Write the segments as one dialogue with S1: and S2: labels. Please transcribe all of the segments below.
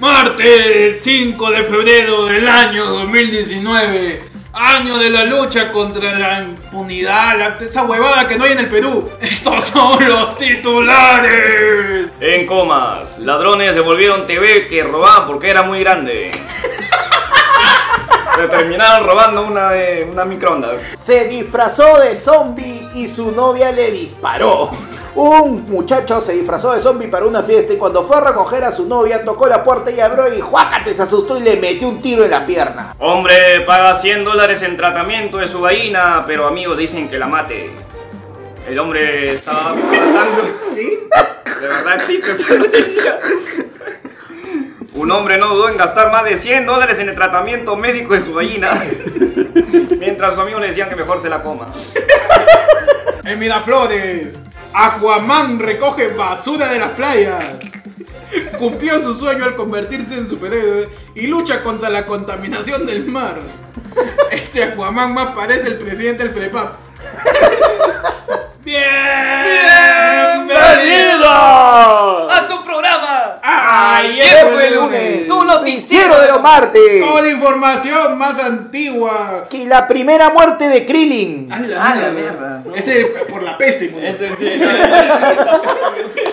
S1: Martes 5 de febrero del año 2019. Año de la lucha contra la impunidad, la- esa huevada que no hay en el Perú. Estos son los titulares.
S2: En comas, ladrones devolvieron TV que robaban porque era muy grande. Se terminaron robando una, de, una microondas.
S3: Se disfrazó de zombie y su novia le disparó. Un muchacho se disfrazó de zombie para una fiesta y cuando fue a recoger a su novia tocó la puerta y abrió y Juácate se asustó y le metió un tiro en la pierna.
S2: Hombre paga 100 dólares en tratamiento de su gallina, pero amigos dicen que la mate. El hombre estaba matando. De verdad existe esa noticia. Un hombre no dudó en gastar más de 100 dólares en el tratamiento médico de su gallina. Mientras sus amigos le decían que mejor se la coma.
S1: En Miraflores, Aquaman recoge basura de las playas. Cumplió su sueño al convertirse en superhéroe y lucha contra la contaminación del mar. Ese Aquaman más parece el presidente del FREPAP. Bien,
S2: a tu programa.
S1: Ayer fue el lunes.
S3: lunes.
S2: Tu noticiero
S3: noticiero de los martes.
S1: Toda la información más antigua.
S3: Y la primera muerte de Krillin.
S1: A la,
S2: A la
S1: mierda.
S2: mierda.
S1: Ese por la peste, mon.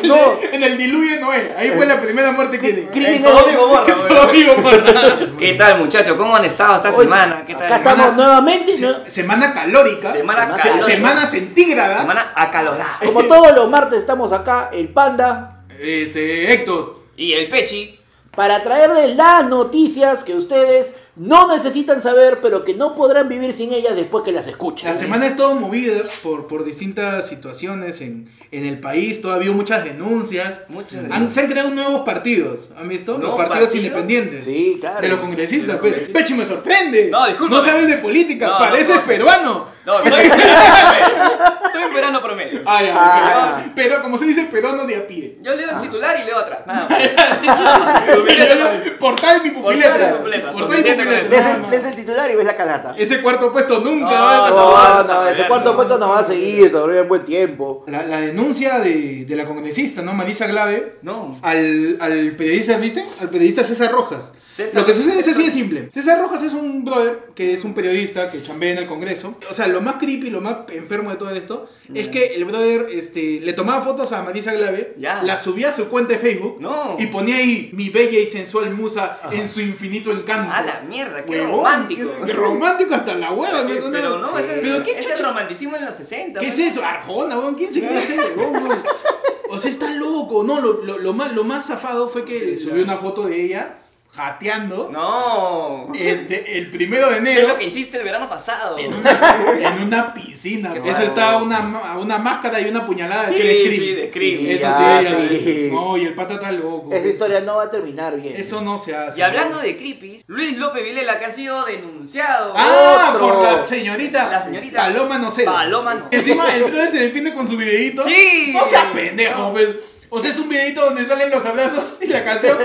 S3: No,
S1: En el diluvio no era. Ahí fue la primera muerte que le.
S3: Krillin
S2: Eso
S3: es...
S2: digo, borra,
S1: Solo
S2: güey.
S1: digo por-
S2: ¿Qué tal, muchachos? ¿Cómo han estado esta
S3: Oye,
S2: semana? ¿Qué tal?
S3: Acá estamos nuevamente. ¿no?
S1: Semana calórica. Ah,
S2: Semana
S1: Se-
S2: calor.
S1: semana centígrada.
S2: Semana acalorada.
S3: Como todos los martes estamos acá, el panda,
S1: Este, Héctor.
S2: Y el Pechi.
S3: para traerles las noticias que ustedes no necesitan saber, pero que no podrán vivir sin ellas después que las escuchen.
S1: La semana ha estado movida por, por distintas situaciones en, en el país. Todavía habido muchas denuncias.
S2: Muchas
S1: Han-
S2: denuncias.
S1: se han creado nuevos partidos. ¿Han visto? Los
S2: ¿Nuevos
S1: partidos,
S2: partidos?
S1: independientes.
S3: Sí, claro.
S1: De los congresistas,
S2: De los
S1: pues.
S2: congresistas.
S1: Pechi me sorprende.
S2: No, discúlpame.
S1: No sabes de política,
S2: No, no,
S1: pareces
S2: no.
S1: peruano.
S2: No, soy Soy un verano promedio.
S1: Ay, ay,
S3: Ah.
S1: ay. Pero como se dice, peruano de a pie.
S2: Yo leo el titular y leo atrás. Nada más. Este
S1: Portal y
S2: Portada y
S1: pupileta.
S2: pupileta,
S1: Portada y
S2: suficiente con
S1: pupileta.
S3: Ves el, ves el titular y ves la canasta.
S1: Ese cuarto puesto nunca
S2: No,
S1: va a
S2: no,
S1: desaparecer.
S3: No,
S2: vas a
S3: no, ese
S2: saber,
S3: cuarto
S2: no.
S3: puesto nos va a seguir todavía en buen tiempo.
S1: La, la denuncia de, de la congresista, ¿no? Marisa Glave.
S2: No.
S1: Al, al periodista, ¿viste? Al periodista César Rojas.
S2: César-
S1: Lo que sucede es así de simple. César Rojas es un brother que es un periodista que chambea en el Congreso. O sea, lo más creepy, lo más enfermo de todo esto es que el brother este, le tomaba fotos a Marisa Glave,
S2: Ya.
S1: la subía a su cuenta de Facebook
S2: No.
S1: y ponía ahí mi bella y sensual musa en su infinito encanto.
S2: A la mierda, qué
S1: Huevón,
S2: romántico.
S1: qué romántico hasta la hueva, me suena.
S2: Pero no, ese,
S1: Pero qué
S2: ese
S1: chucha-
S2: romanticismo en los 60.
S1: ¿Qué es
S2: güey.
S1: eso? Arjona, weón. ¿Quién se cree ese huevón, weón? O sea, está loco. No, lo, lo- lo más, lo más zafado fue que subió una foto de ella jateando
S2: No.
S1: el, de- el primero de
S2: Es
S1: enero
S2: lo que hiciste el verano pasado.
S1: en una, en una piscina.
S2: Qué
S1: Eso
S2: bárbaro.
S1: está una, ma- una máscara y una puñalada de
S2: Sí,
S1: Cele Cream.
S2: sí, de Cream.
S3: Sí,
S1: Eso
S3: ya,
S1: sí, ya,
S3: sí.
S1: No, y el pata está loco.
S3: Esa
S1: weón.
S3: historia no va a terminar bien.
S1: Eso no se hace.
S2: Y hablando
S1: weón.
S2: de creepies, Luis López Vilela que ha sido denunciado.
S1: Ah,
S3: Otro.
S1: por la señorita,
S2: La señorita
S1: Paloma Noceda.
S2: Paloma Noceda.
S1: Encima el brother se defiende con su videito.
S2: Sí.
S1: No sea pendejo, pues. O sea, es un videito donde salen los abrazos y la canción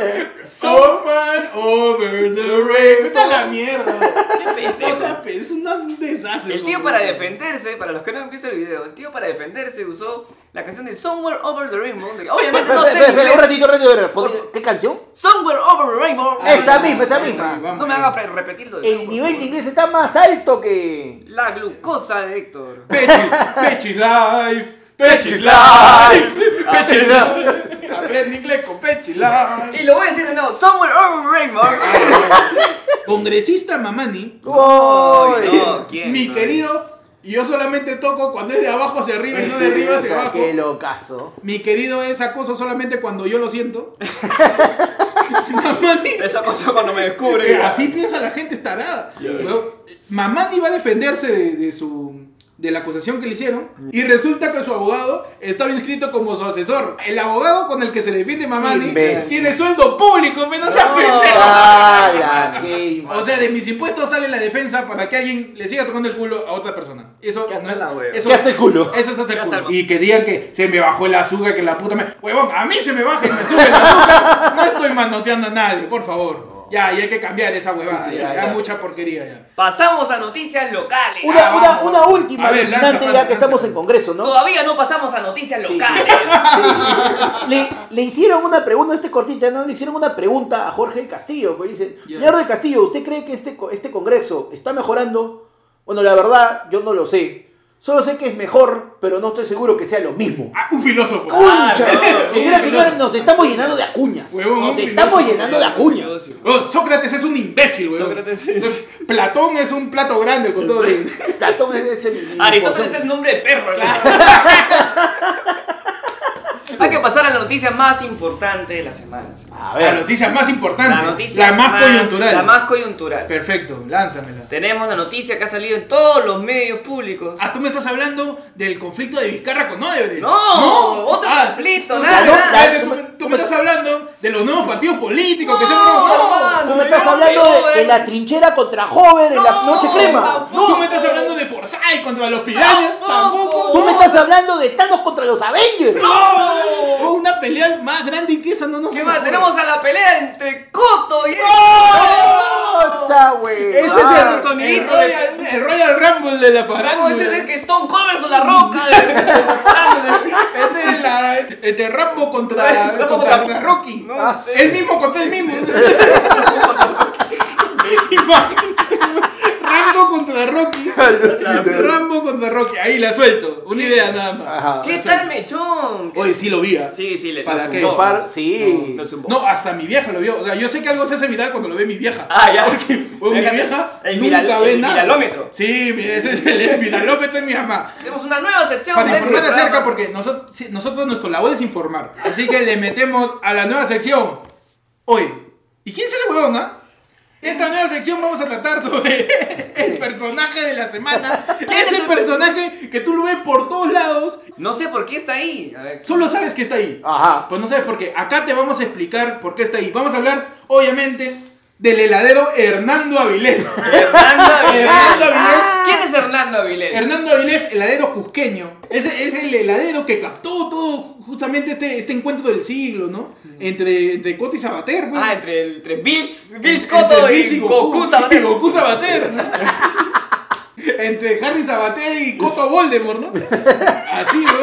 S1: Someone over the rain. Vete a la mierda.
S2: Qué pendejo.
S1: O sea, pe- es un un desastre.
S2: el tío
S1: weón.
S2: para defenderse, para los que no han visto el video, el tío para defenderse usó la canción de Somewhere Over the Rainbow. de- Obviamente no sé
S3: Espera, espera, un
S2: inglés.
S3: ratito, un ratito, un ratito. ¿Podría- ¿Qué canción?
S2: Somewhere Over the Rainbow.
S1: Ah,
S3: Esa
S1: no,
S3: misma, esa
S1: no,
S3: misma.
S1: no, vamos.
S2: No me haga pre- repetirlo. de
S3: El
S2: nuevo,
S3: nivel
S2: por
S3: de
S2: favor.
S3: inglés está más alto que.
S2: La glucosa de Héctor.
S1: Pechi, Pechi Life. Pechi
S2: Pechi's
S1: Life.
S2: Ah,
S1: Pechi Life. Aprende inglés con Pechi Life. Ah,
S2: Y lo voy a decir de nuevo. Somewhere Over the Rainbow.
S1: Congresista Mamani
S2: Ay,
S3: ¡Uy!
S2: no, ¿quién?
S1: Mi
S2: No.
S1: querido, y yo solamente toco cuando es de abajo hacia arriba y no de arriba
S3: O sea,
S1: hacia abajo.
S3: ¡Qué locazo!
S1: Mi querido es acoso solamente cuando yo lo siento. Mamani.
S2: Esa cosa cuando me descubre.
S1: eh, así piensa la gente estarada. Mamani va a defenderse de, de su de la acusación que le hicieron y resulta que su abogado estaba inscrito como su asesor. El abogado con el que se defiende Mamani
S3: Imbécil.
S1: tiene sueldo público, menos sea
S2: No.
S1: pendejo.
S3: ¡Hala! ¡Qué
S1: O sea, de mis impuestos sale la defensa para que alguien le siga tocando el culo a otra persona. Eso
S2: Que hasta
S1: no es-
S2: la hueva.
S1: Eso
S3: Que hasta el culo.
S1: Eso es hasta el
S2: Que hasta
S1: culo.
S2: el-
S1: Y querían que se me bajó el azúcar, que la puta me. Huevón, a mí se me baja y me sube el azúcar. No estoy manoteando a nadie, por favor.
S3: no.
S1: Ya, y hay que cambiar esa huevada.
S3: Sí, sí,
S1: ya,
S3: ya,
S1: ya
S3: ya.
S1: mucha porquería ya.
S4: Pasamos a noticias locales.
S3: Una,
S1: Ah,
S3: una,
S1: vamos,
S3: una
S1: vamos.
S3: última
S1: A ver, lanza,
S3: alucinante ya
S1: lanza,
S3: que estamos
S1: lanza.
S3: en Congreso, ¿no?
S4: Todavía no pasamos a noticias
S3: Sí, sí.
S4: locales.
S3: Sí, sí. Le, le hicieron una pregunta, este cortita, ¿no? Le hicieron una pregunta a Jorge Castillo. pues, dice,
S1: Ya.
S3: señor de Castillo, ¿usted cree que este, co- este Congreso está mejorando? Bueno, la verdad, yo no lo sé. Solo sé que es mejor, pero no estoy seguro que sea lo mismo.
S1: Ah, un filósofo.
S4: Ah,
S3: ¡Concha!
S4: no, sí,
S3: Señoras y
S1: sí,
S3: señores,
S1: no.
S3: nos estamos llenando de acuñas.
S1: Huevón,
S3: Nos
S1: un
S3: estamos
S1: filósofo,
S3: llenando de acuñas.
S1: Oh, Sócrates es un imbécil, weón.
S2: Sócrates es-
S1: Platón es un plato grande al costado de.
S3: Platón es es el-
S4: Aristóteles es nombre de perro. hermano. Hay que pasar a la noticia más importante de la semana.
S3: A
S1: La
S3: ver,
S1: noticia más importante.
S4: La noticia
S1: más, coyuntural.
S4: La más coyuntural.
S1: Perfecto, lánzamela.
S4: Tenemos la noticia que ha salido en todos los medios públicos.
S1: Ah, tú me estás hablando del conflicto de Vizcarra con Odebrecht. Ah,
S4: No, otro conflicto,
S1: tú-
S4: nada,
S1: tú-
S3: nada.
S1: tú- tú, tú me estás hablando de los nuevos partidos políticos que se han
S4: No,
S1: formado.
S3: tú
S4: no,
S3: me estás
S4: no,
S3: hablando
S4: no,
S3: de, de la
S4: no,
S3: trinchera contra Hover en la
S4: no,
S3: noche crema.
S4: tampoco.
S1: Tú me estás hablando de Forsyth contra los pirañas.
S4: Tampoco.
S3: Tú me estás hablando de Thanos contra los Avengers.
S1: Oh, una pelea más grande y que esa no nos
S4: ¿Qué
S1: se
S4: más?
S1: me ocurre.
S4: Tenemos a la pelea entre Coto y
S3: cosa, güey.
S1: Ese
S3: Ah,
S1: es el, el,
S4: sonidito
S1: Royal, el Royal Rumble de la
S4: No,
S1: farándula.
S4: este es el que Stone Cold versus La Roca. de-
S1: Este es la, este Rambo contra,
S4: Rambo
S1: contra,
S4: contra-
S1: Rocky.
S4: No,
S3: Ah, sí.
S1: El mismo contra el mismo. Rambo contra Rocky. Rambo contra Rocky. Ahí la suelto. Una idea nada más.
S3: Ajá.
S4: ¿Qué tal Mechón?
S1: Oye, sí lo vi. ah.
S4: Sí, sí, le
S1: ¿Para
S4: lo
S1: qué?
S4: zumbó.
S3: Par- sí.
S4: No, lo zumbó.
S1: No, hasta mi vieja lo vio. O sea, yo sé que algo se hace viral cuando lo ve mi vieja.
S4: Ah, ya.
S1: O mi
S4: Fíjate,
S1: vieja
S4: el
S1: nunca
S4: viral-
S1: ve
S4: el
S1: nada.
S4: viralómetro.
S1: Sí, mira, ese es el, el viralómetro de mi mamá.
S4: Tenemos una nueva sección.
S1: Para
S4: de este
S1: informar acerca,
S4: programa.
S1: porque nosotros, sí, nosotros nuestro labor es informar. Así que le metemos a la nueva sección. Hoy. ¿Y quién es el huevón, ah? Esta nueva sección vamos a tratar sobre el personaje de la semana. Ese personaje que tú lo ves por todos lados,
S4: No sé por qué está ahí. A ver.
S1: solo sabes que está ahí.
S3: Ajá.
S1: Pues no sabes por qué. Acá te vamos a explicar por qué está ahí. Vamos a hablar, obviamente, del heladero Hernando Avilés.
S4: Hernando Avilés. Ah,
S1: Hernando Avilés.
S4: ¿Quién es Hernando Avilés?
S1: Hernando Avilés, heladero cusqueño. Es, es el heladero que captó todo justamente este, este encuentro del siglo, ¿no? Entre, entre Coto y Sabater, pues.
S4: Ah, entre, el- entre Bills, Bills
S1: Entre
S4: Coto
S1: Bills
S4: y Goku
S1: y
S4: Sabater.
S1: Goku Sabater, ¿no? Entre Harry Sabater y Coto Voldemort, ¿no? Así, ¿no?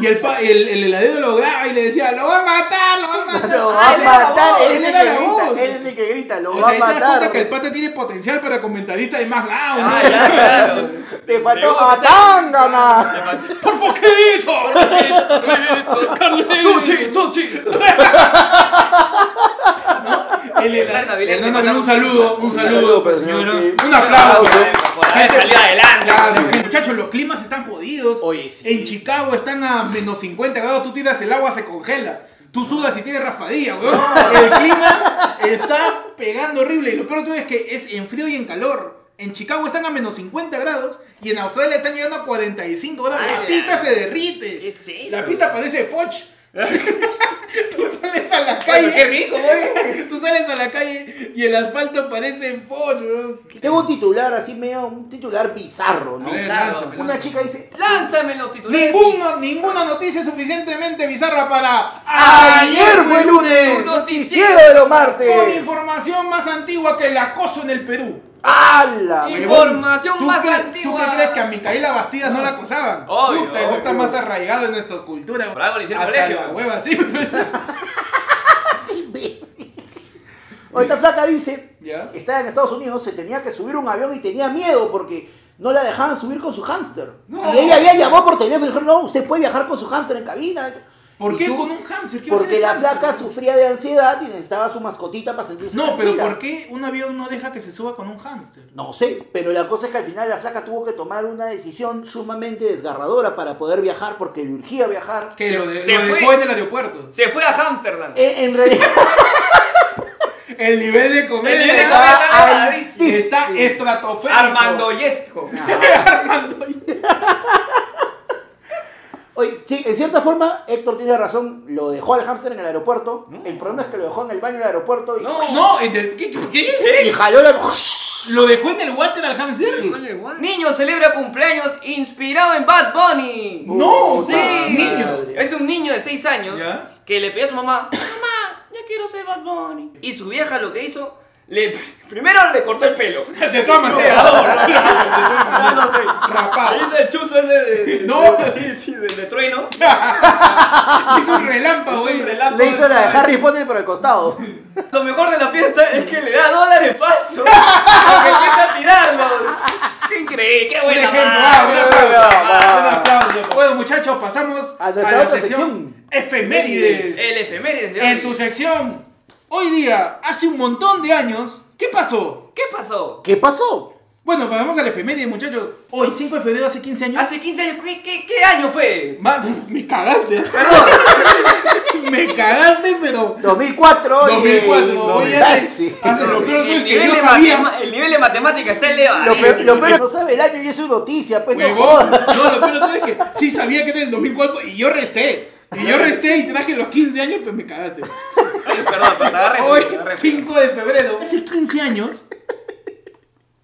S1: Y el, pa- el, el heladero lo graba y le decía, lo va a matar, lo va a matar.
S3: Lo va a
S4: ese era la
S3: matar.
S4: voz,
S3: Él es
S1: ese
S3: el
S1: era
S3: que
S1: la
S3: grita.
S1: voz.
S3: Él es el que grita. Lo
S1: O
S3: va
S1: sea,
S3: a
S1: ahí te das cuenta
S3: matar.
S1: que el pata tiene potencial para comentarista de más lado,
S4: Ah,
S1: ¿no?
S4: ya, claro.
S3: Le faltó
S4: gusta
S3: a
S4: esa-
S3: Tangana.
S1: ¡Por poquito!
S4: Sushi, sushi.
S1: El
S4: Hernando Avilés,
S1: Hernando
S4: te
S1: Avilés, un
S4: mandamos
S1: saludo, un
S3: un
S1: saludo,
S3: saludo,
S1: pues,
S3: señor,
S1: señor.
S3: sí.
S1: Un aplauso.
S4: Por haber salido adelante.
S1: Claro, Muchachos, los climas están jodidos.
S3: Oye, sí.
S1: En Chicago están a menos 50 grados, tú tiras el agua, se congela. Tú sudas y tienes raspadilla, weón. El clima está pegando horrible. Y lo peor de todo es que es en frío y en calor. En Chicago están a menos 50 grados y en Australia están llegando a 45 grados.
S4: ¡Hala!
S1: La pista se derrite.
S4: ¿Qué es eso?
S1: La pista parece foch. tú sales a la
S4: Oye, Qué
S1: calle.
S4: rico, güey.
S1: Tú sales a la calle y el asfalto parece foch, weón.
S3: Tengo un titular así medio, un titular bizarro, ¿no?
S1: A ver,
S4: Claro.
S1: lánzame,
S3: Una chica dice,
S4: Lánzame los titulares.
S1: Ninguna, ninguna noticia es suficientemente bizarra para
S3: ayer fue lunes, noticiero de los
S1: Con
S3: martes.
S1: información más antigua que el acoso en el Perú.
S3: ¡Hala!
S4: Y-
S3: huevón!
S4: Información
S1: ¿Tú
S4: más
S1: crees-
S4: antigua.
S1: ¿Tú qué crees que a Micaela Bastidas no la acosaban?
S4: Obvio,
S1: Puta, eso está
S4: obvio.
S1: más arraigado en nuestra cultura.
S4: Por algo le hicieron
S1: Hasta
S4: colegio.
S1: la hueva, sí.
S3: O esta flaca dice,
S1: Ya.
S3: estaba en Estados Unidos, se tenía que subir un avión y tenía miedo porque no la dejaban subir con su hámster.
S1: No.
S3: Y ella había llamado por teléfono y dijeron, no, usted puede viajar con su hámster en cabina.
S1: ¿Por
S3: Y
S1: qué
S3: tú-
S1: con un hamster? ¿Qué va a
S3: Porque
S1: hacer
S3: la
S1: el hámster?
S3: flaca sufría de ansiedad y necesitaba su mascotita para sentirse
S1: No, pero
S3: tranquila.
S1: ¿por qué un avión no deja que se suba con un hámster?
S3: No sé, pero la cosa es que al final la flaca tuvo que tomar una decisión sumamente desgarradora para poder viajar porque le urgía viajar.
S1: Que lo, de-
S4: se
S1: lo dejó
S4: fue.
S1: en el aeropuerto.
S4: Se fue a Ámsterdam.
S3: Eh, En realidad...
S1: El nivel de
S4: El
S1: comedia
S4: nivel de
S3: estaba
S4: comedia
S3: al-
S4: es
S1: está estratosférico.
S4: Armando Yesco.
S1: Armando.
S3: Oye, sí, en cierta forma, Héctor tiene razón. Lo dejó al hámster en el aeropuerto. El problema es que lo dejó en el baño del aeropuerto y,
S4: No.
S1: No, en el- ¿qué, qué, qué?
S3: y jaló la.
S1: ¿Lo dejó en el water al hamster?
S4: Niño celebra cumpleaños inspirado en Bad Bunny.
S1: No,
S3: Puta
S4: Sí,
S1: niño.
S3: madre.
S4: Es un niño de 6 años
S1: ¿Ya?
S4: que le pidió a su mamá, mamá, ya quiero ser Bad Bunny. Y su vieja lo que hizo le, primero le cortó el pelo.
S1: De todas maneras.
S4: Ah, no sé.
S1: Rapado.
S4: Hizo el chuzo ese de, de-
S1: No.
S4: de- sí, sí, de, de trueno.
S1: Hizo un relámpago,
S4: Hizo un
S1: güey.
S4: relámpago.
S3: Le hizo la de Harry Potter por el costado.
S4: Lo mejor de la fiesta es que le da dólares falsos. Porque empieza a tirarlos. Qué increíble, qué
S1: Un
S4: buena
S1: ejemplo, ah,
S4: mano.
S1: un aplauso,
S3: Ah,
S1: un aplauso. Bueno, muchachos, pasamos
S3: A
S1: a,
S3: nuestra
S1: la
S3: otra
S1: sección Eh,
S3: sección.
S1: efemérides.
S4: El efemérides de hoy.
S1: En tu sección, hoy día, hace un montón de años, ¿qué pasó?
S4: ¿Qué pasó?
S3: ¿Qué pasó?
S1: Bueno, pues pasamos al efeméride, muchachos. Hoy, 5 de febrero, hace 15 años.
S4: Hace 15 años, ¿qué, qué, qué año fue?
S1: Ma- me cagaste. me cagaste, pero.
S3: 2004 y...
S1: 2004. Oye, hace-
S3: Ah, Sí.
S1: hace Ah, lo peor
S4: el,
S1: es que
S4: nivel
S1: yo
S4: de
S1: sabía.
S4: matema- el nivel de matemática está elevado.
S3: Lo peor, lo peor es que no sabe el año y es su noticia, pues no
S1: Huevón.
S3: jodas.
S1: No, lo peor de todo es que sí sabía que era el 2004 y yo resté. Y yo resté y traje los 15 años, pues me cagaste.
S4: Perdón, pero te agarré,
S1: Hoy,
S4: te agarré.
S1: 5 de febrero, hace 15 años,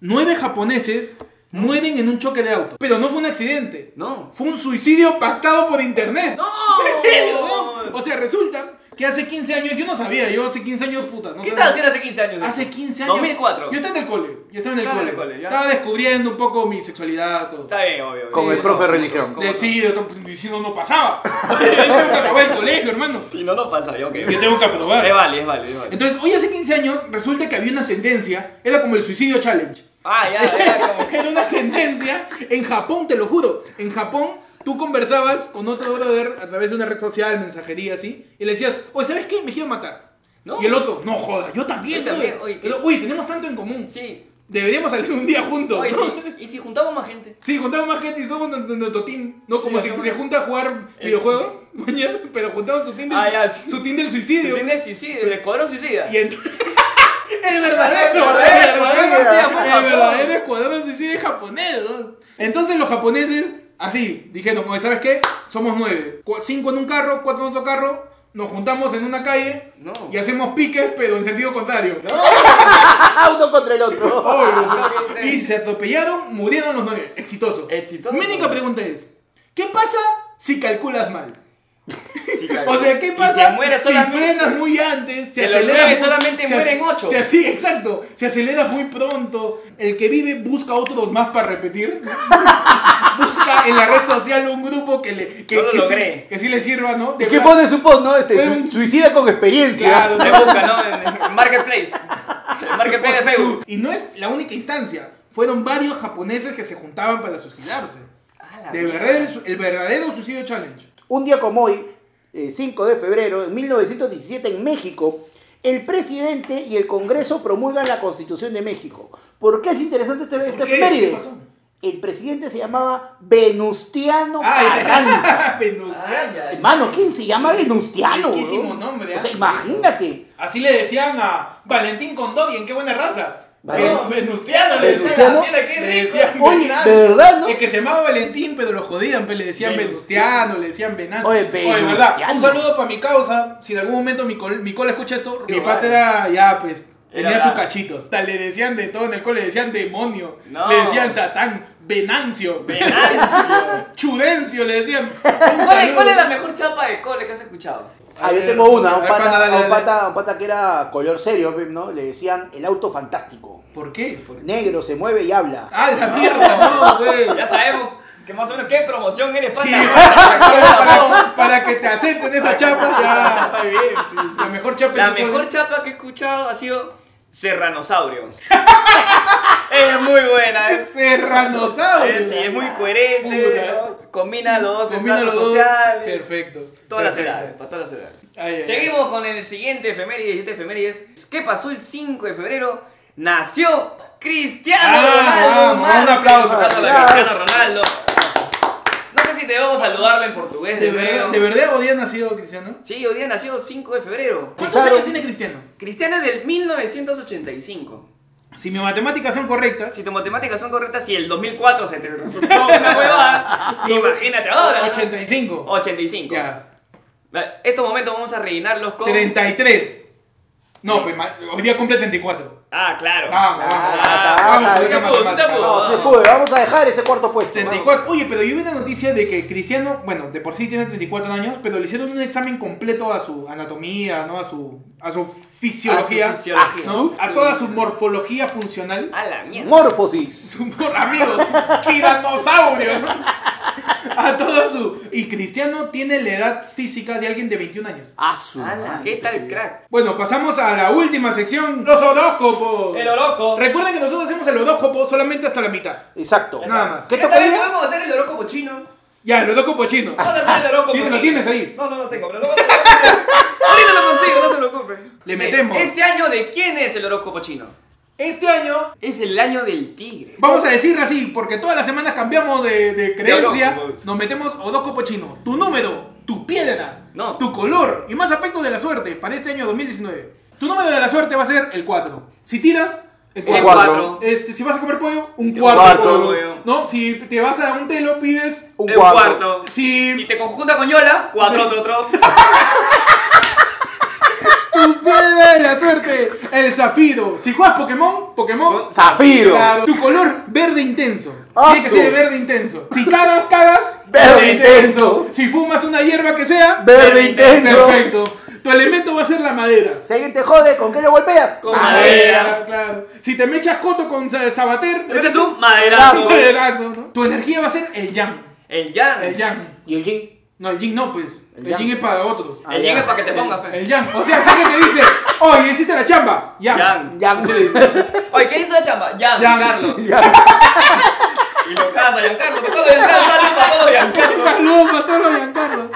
S1: nueve japoneses mueren en un choque de auto. Pero no fue un accidente.
S4: No.
S1: Fue un suicidio pactado por internet.
S4: No.
S1: ¿En serio, weón? O sea, resulta que hace 15 años, yo no sabía, yo hace 15 años, puta. No
S4: ¿Qué estabas
S1: sabía.
S4: haciendo hace 15 años?
S1: Hace 15 años.
S4: 2004.
S1: Yo estaba en el cole. Yo estaba en el
S4: Estaba en
S1: cole.
S4: el cole, ya.
S1: estaba descubriendo un poco mi sexualidad. Todo.
S4: Está bien, obvio.
S3: Con
S4: Sí,
S3: el
S4: no,
S3: profe de
S4: no,
S3: religión.
S4: ¿cómo no?
S1: Eh, Sí, yo tampoco- si no, no pasaba. yo acababa el colegio, hermano.
S4: Si no, no pasa, ya, ok.
S1: Que tengo que aprobar.
S4: Es válido, es válido, es válido.
S1: Entonces, hoy hace 15 años, resulta que había una tendencia, era como el suicidio challenge.
S4: Ah, ya, ya, como...
S1: Era una tendencia en Japón, te lo juro. En Japón, tú conversabas con otro brother a través de una red social, mensajería, así, y le decías, oye, ¿sabes qué? Me quiero matar.
S4: No.
S1: Y el otro, no joda, yo también,
S4: Yo también,
S1: brother".
S4: oye, ¿qué?
S1: Pero, uy, tenemos tanto en común.
S4: Sí.
S1: Deberíamos salir un día juntos.
S4: Oye,
S1: ¿no?
S4: sí. ¿Y si juntamos más gente?
S1: Sí, juntamos más gente y somos nuestro, nuestro team. No como
S4: Sí,
S1: si
S4: somos-
S1: se junta a jugar
S4: Eh.
S1: videojuegos, mañana, pero juntamos su team del,
S4: Ah, ya, sí.
S1: su team del suicidio.
S4: Tiene el suicidio, el escuadrón suicida.
S1: Y entonces. el verdadero,
S4: El verdadero escuadrón suicida fue
S1: el
S4: Japón.
S1: verdadero escuadrón suicida japonés. ¿no? Entonces los japoneses, así, dijeron, oye, ¿sabes qué? Somos nueve. Cu- Cinco en un carro, cuatro en otro carro, nos juntamos en una calle
S4: No.
S1: y hacemos piques, pero en sentido contrario.
S3: Ah, Uno contra el otro.
S1: Obvio.
S4: No,
S1: y se atropellaron, murieron los nueve. Exitoso.
S4: Exitoso.
S1: Mi única pregunta es, ¿qué pasa si calculas mal?
S4: Sí, claro.
S1: O sea, ¿qué
S4: Y
S1: pasa
S4: se muere
S1: si
S4: solamente-
S1: frenas muy antes? Se
S4: De los
S1: acelera
S4: nueve
S1: muy-
S4: solamente
S1: se
S4: mueren
S1: ac-
S4: ocho.
S1: se ac- exacto. Se acelera muy pronto. El que vive busca otros más para repetir. busca en la red social un grupo que le que,
S4: No lo
S1: que sí,
S4: logré.
S1: que sí le sirva, ¿no? De
S3: ¿Qué
S1: verdad.
S3: pone su post, no? Este,
S1: Fue
S3: su-
S1: un-
S3: Suicida con experiencia.
S1: Claro,
S4: Se busca, ¿no? En, en Marketplace. En Marketplace de Facebook.
S1: Y no es la única instancia. Fueron varios japoneses que se juntaban para suicidarse. De verdad, el, su- el verdadero suicidio challenge.
S3: Un día como hoy, eh, 5 de febrero de 1917 en México, el presidente y el Congreso promulgan la Constitución de México. ¿Por qué es interesante este, este
S1: qué? ¿Qué
S3: efemérides?
S1: pasó?
S3: El presidente se llamaba Venustiano
S1: Ay,
S3: Carranza.
S1: Venustiano.
S4: Ah, Ay, ay.
S3: Hermano, ¿quién se llama Venustiano?
S1: Riquísimo
S3: weón?
S1: nombre,
S3: O sea,
S1: ¿ah?
S3: imagínate.
S1: Así le decían a Valentín Condori, en qué buena raza.
S3: Vale.
S1: Eh, Venustiano le
S3: ¿Venustiano?
S1: decían.
S4: Mira, qué
S1: Le
S4: rico.
S1: decían
S3: Oye,
S1: Venado.
S3: ¿verdad, no?
S1: Es que se llamaba Valentín, pero lo jodían, pues, le decían Venustiano, le decían Venado.
S3: Oye,
S1: verdad.
S3: Venustiano.
S1: Un saludo para mi causa. Si en algún momento mi, col, mi cola escucha esto, mi
S4: Qué
S1: pata
S4: guay.
S1: era ya, pues.
S4: Era
S1: Tenía
S4: bravo.
S1: sus cachitos. Hasta le decían de todo en el cole, le decían demonio,
S4: No.
S1: le decían satán, venancio,
S4: Venancio.
S1: chudencio, le decían. Un
S4: ¿Cuál, es-
S1: saludo.
S4: cuál es la mejor chapa de cole que has escuchado?
S3: Ah, yo
S1: Eh,
S3: tengo una, un
S1: a ver, pana,
S3: pata,
S1: dale,
S3: un
S1: dale.
S3: pata, un pata que era color serio, ¿no? Le decían el auto fantástico.
S1: ¿Por qué? ¿Por qué?
S3: Negro, se mueve y habla.
S1: ¡Ah, la mierda! No, güey.
S4: Ya sabemos que más o menos qué promoción eres,
S1: Sí,
S4: pata.
S1: para, para que te acepten esa chapa,
S4: La
S1: ya.
S4: chapa de bien, sí, sí.
S1: La mejor chapa.
S4: La
S1: en el
S4: mejor
S1: cole.
S4: chapa que he escuchado ha sido Serranosaurio. es muy buena.
S1: Es
S4: Es,
S1: Serranosaurio.
S4: es- sí, es muy coherente.
S1: Puta.
S4: ¿no? Combina los
S1: Combina los
S4: estados
S1: dos.
S4: sociales.
S1: Perfecto.
S4: Todas las
S1: perfecto.
S4: edades, para todas las edades.
S1: Ay, ay, ay.
S4: Seguimos con el siguiente efeméride. Y este efeméride es: ¿Qué pasó el 5 de febrero? Nació Cristiano
S1: Ah,
S4: Ronaldo.
S1: vamos,
S4: Marte.
S1: un aplauso,
S4: Un aplauso
S1: aplauso.
S4: a Cristiano Ronaldo. No sé si te vamos a saludarlo en portugués.
S1: ¿De
S4: nuevo.
S1: verdad, ¿De verdad había nacido Cristiano?
S4: Sí, hoy día nació 5 de febrero.
S1: ¿Cuántos
S3: Pensaron-
S1: años tiene Cristiano?
S4: Cristiano es del 1985.
S1: Si mis matemáticas son correctas,
S4: Si tus matemáticas son correctas y el 2004 se te resultó una huevada, imagínate ahora. ¿no?
S1: 85.
S4: 85.
S1: Ya.
S4: Estos momentos vamos a rellenarlos con
S1: 33. No, pues ma- hoy día cumple 34.
S2: Ah, claro.
S1: Vamos, vamos.
S3: Ah,
S1: Vamos,
S3: está,
S4: está,
S1: esa
S4: está,
S1: matemática.
S4: está.
S3: No, se pudo. Vamos a dejar ese cuarto puesto.
S1: 34. Oye, pero yo vi una noticia de que Cristiano, bueno, de por sí tiene 34 años, pero le hicieron un examen completo a su anatomía, ¿no? A su, a su fisiología,
S2: A su fisiología.
S1: ¿no? A toda su morfología funcional.
S4: A la mierda.
S3: Morfosis.
S1: Su mor- amigo, tiranosaurio. ¿no? A toda su. Y Cristiano tiene la edad física de alguien de 21 años.
S3: Ah, su
S4: A la-
S3: madre.
S4: ¿Qué tal, crack?
S1: Bueno, pasamos a la última sección, los horóscopos.
S2: El oroco.
S1: Recuerden que nosotros hacemos el horóscopo solamente hasta la mitad.
S3: Exacto.
S1: Nada más.
S3: ¿Qué
S4: Esta
S3: toca hoy
S4: vez
S3: día?
S4: podemos hacer el horóscopo chino.
S1: Ya, el horóscopo chino.
S2: Ah.
S4: Vamos a hacer el horóscopo
S1: ¿Tienes-
S4: chino.
S1: lo tienes ahí?
S2: No, no, no tengo, pero lo vamos a hacer.
S4: Ahorita lo consigo, no se preocupen.
S1: Le metemos.
S4: Este año, ¿de quién es el horóscopo chino?
S1: Este año
S4: Es el año del tigre.
S1: Vamos a decirlo así, porque todas las semanas cambiamos de, de creencia.
S2: horóscopos.
S1: nos metemos horóscopo chino. Tu número, tu piedra,
S4: No.
S1: tu color y más aspectos de la suerte para este año 2019. Tu número de la suerte va a ser el 4. Si tiras, el
S4: El
S1: 4.
S4: cuatro.
S1: Este, si vas a comer pollo, un cuarto. de
S3: cuarto.
S1: pollo. No, si te vas a un telo, pides.
S3: Un
S4: El
S3: cuarto.
S4: cuarto. Y
S1: Si
S4: te conjunta con Yola, cuatro, otro, otro.
S1: tu piedra de la suerte, el zafiro. Si juegas Pokémon, Pokémon,
S3: Zafiro.
S1: Claro, tu color verde intenso.
S3: Ah,
S1: Tiene que
S3: su.
S1: ser verde intenso. Si cagas, cagas.
S3: Verde intenso.
S1: Si fumas una hierba que sea.
S3: Verde intenso.
S1: Perfecto. Tu elemento va a ser la madera.
S3: Si alguien te jode, ¿con qué lo golpeas?
S4: Con madera.
S1: Claro. Si te mechas coto con sa- sabater.
S4: Pero es
S1: metes
S4: un maderazo.
S1: un maderazo, ¿no? Tu energía va a ser el yang.
S4: El yang.
S1: El yang.
S3: Y el jean.
S1: No, el yin no, pues.
S3: El
S1: El,
S3: yang.
S1: yin es para otros.
S3: Ah,
S4: El yang es para que te pongas,
S1: El
S4: pe.
S1: yang. O sea, si alguien te dice, oye, hiciste la chamba. Yang.
S4: Yang.
S3: Yang.
S1: Así le dicen.
S4: Oye, ¿qué hizo la chamba? Yang,
S1: Yang.
S4: Carlos. Y lo casa, Giancarlo. Te todo Giancarlo, sale para todo Giancarlo.
S1: Saludos para todos los Giancarlo.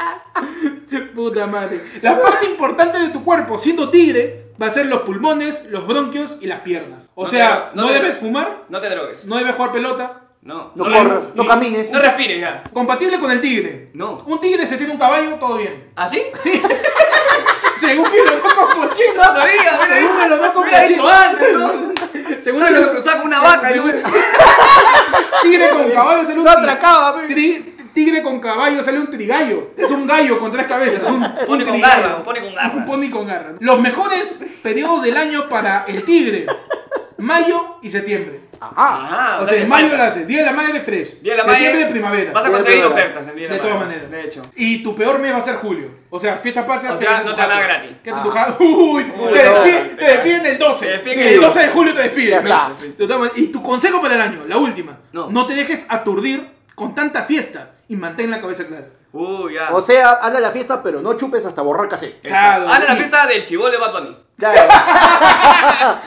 S1: Puta madre. La parte importante de tu cuerpo, siendo tigre, va a ser los pulmones, los bronquios y las piernas. O
S4: No
S1: sea,
S4: te- no
S1: no,
S4: te-
S1: debes fumar,
S4: No te drogues.
S1: no debes jugar pelota.
S4: No.
S3: No
S1: Y-
S3: corras, no
S1: y-
S3: camines.
S4: No respires ya.
S1: Compatible con el tigre.
S4: No.
S1: Un tigre se tiene un caballo, todo bien.
S4: ¿Así?
S1: Sí. Según que los dos
S4: No
S1: cochinos.
S4: sabía, mira.
S1: Según que los dos
S4: Hubiera dicho
S1: cochinos.
S4: antes, ¿no?
S1: Según
S4: Uno
S1: que
S4: lo
S1: los
S4: cruzaba con una vaca. y yo me-
S1: tigre con caballo sale un
S3: No
S1: tri-
S3: atracaba, pe.
S1: tri- Tigre con caballo sale un trigallo. Es un gallo con tres cabezas. Un, un
S4: Pone con
S1: trigallo.
S4: garra, pone con garra.
S1: Un pony con garra. Los mejores periodos del año para el tigre. Mayo y septiembre.
S3: Ajá.
S4: Ah,
S1: o
S4: dale,
S1: sea, en mayo
S4: falta.
S1: la hace. Día de la madre fresh.
S4: Día de la
S1: septiembre
S4: madre,
S1: de primavera.
S4: Vas a
S3: Día de
S4: conseguir
S3: primavera.
S4: ofertas en día
S1: De
S4: la
S1: todas
S4: madre,
S1: maneras.
S4: De hecho.
S1: Y tu peor mes va a ser julio. O sea, fiesta patria.
S4: O sea, no te van a dar gratis.
S1: ¿Qué te tu jato. Uy, te, despiden, te despiden el 12.
S4: Te despiden
S1: Sí,
S4: el
S1: el 12 de julio te
S3: Ya
S1: despiden.
S3: está.
S1: ¿no? De todas maneras. Y tu consejo para el año, la última.
S4: No.
S1: te dejes aturdir con tanta fiesta y mantén la cabeza clara.
S4: Uy, ya.
S3: O sea, anda a la fiesta, pero no chupes hasta borrar cassette.
S1: Claro.
S4: Ahora Ah, la
S1: Y-
S4: fiesta del chivolo de Bad Bunny.
S3: Claro.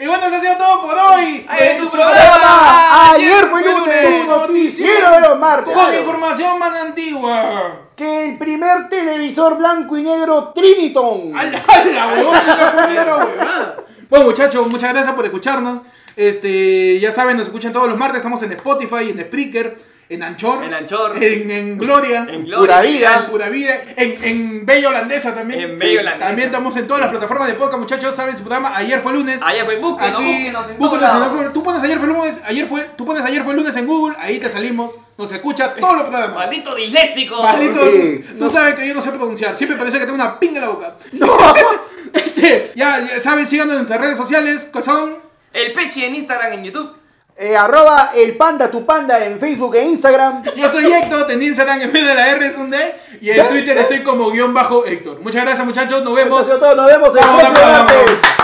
S1: Y bueno, eso ha sido todo por hoy.
S4: Ahí en tu
S3: Programa.
S4: programa.
S3: Ayer fue
S1: Fue
S3: lunes,
S1: lunes.
S3: tu noticiero de los martes.
S1: Con información más antigua.
S3: Que el primer televisor blanco y negro Triniton.
S1: ¡Ala, ala, huevón! Nunca comí esa huevada. Bueno, muchachos, muchas gracias por escucharnos. Este, ya saben, nos escuchan todos los martes. Estamos en Spotify, en Spreaker, en Anchor,
S4: En Anchor.
S1: en, en Gloria,
S4: En Gloria.
S3: Pura
S1: en
S3: vida.
S1: Pura Vida, en, en Bella Holandesa también.
S4: En Bella Holandesa.
S1: También estamos en todas las plataformas de podcast, muchachos. Saben su programa. Ayer fue lunes.
S4: Ayer fue, búsquenos,
S1: Aquí,
S4: búsquenos en
S1: búsquenos
S4: todos
S1: en
S4: lados.
S1: Tú pones ayer fue lunes, ayer fue, tú pones ayer fue lunes en Google, ahí te salimos. Nos escucha todos los programas.
S4: Maldito disléxico.
S1: Maldito,
S3: Sí.
S1: tú sabes que yo no sé pronunciar. Siempre parece que tengo una pinga en la boca. Este, ya, ya saben, síganos en nuestras redes sociales, que son.
S4: El Pechi en Instagram, en YouTube.
S3: Eh, arroba el panda tu panda en Facebook e Instagram.
S1: Yo soy Héctor, tendencia dan en vez de la R es un D. Y en Twitter estoy como guión bajo Héctor. Muchas gracias, muchachos. Nos
S3: Esto ha
S1: vemos.
S3: sido todo. Nos vemos el
S1: Vamos,
S3: próximo
S1: vamos, vamos.
S3: martes.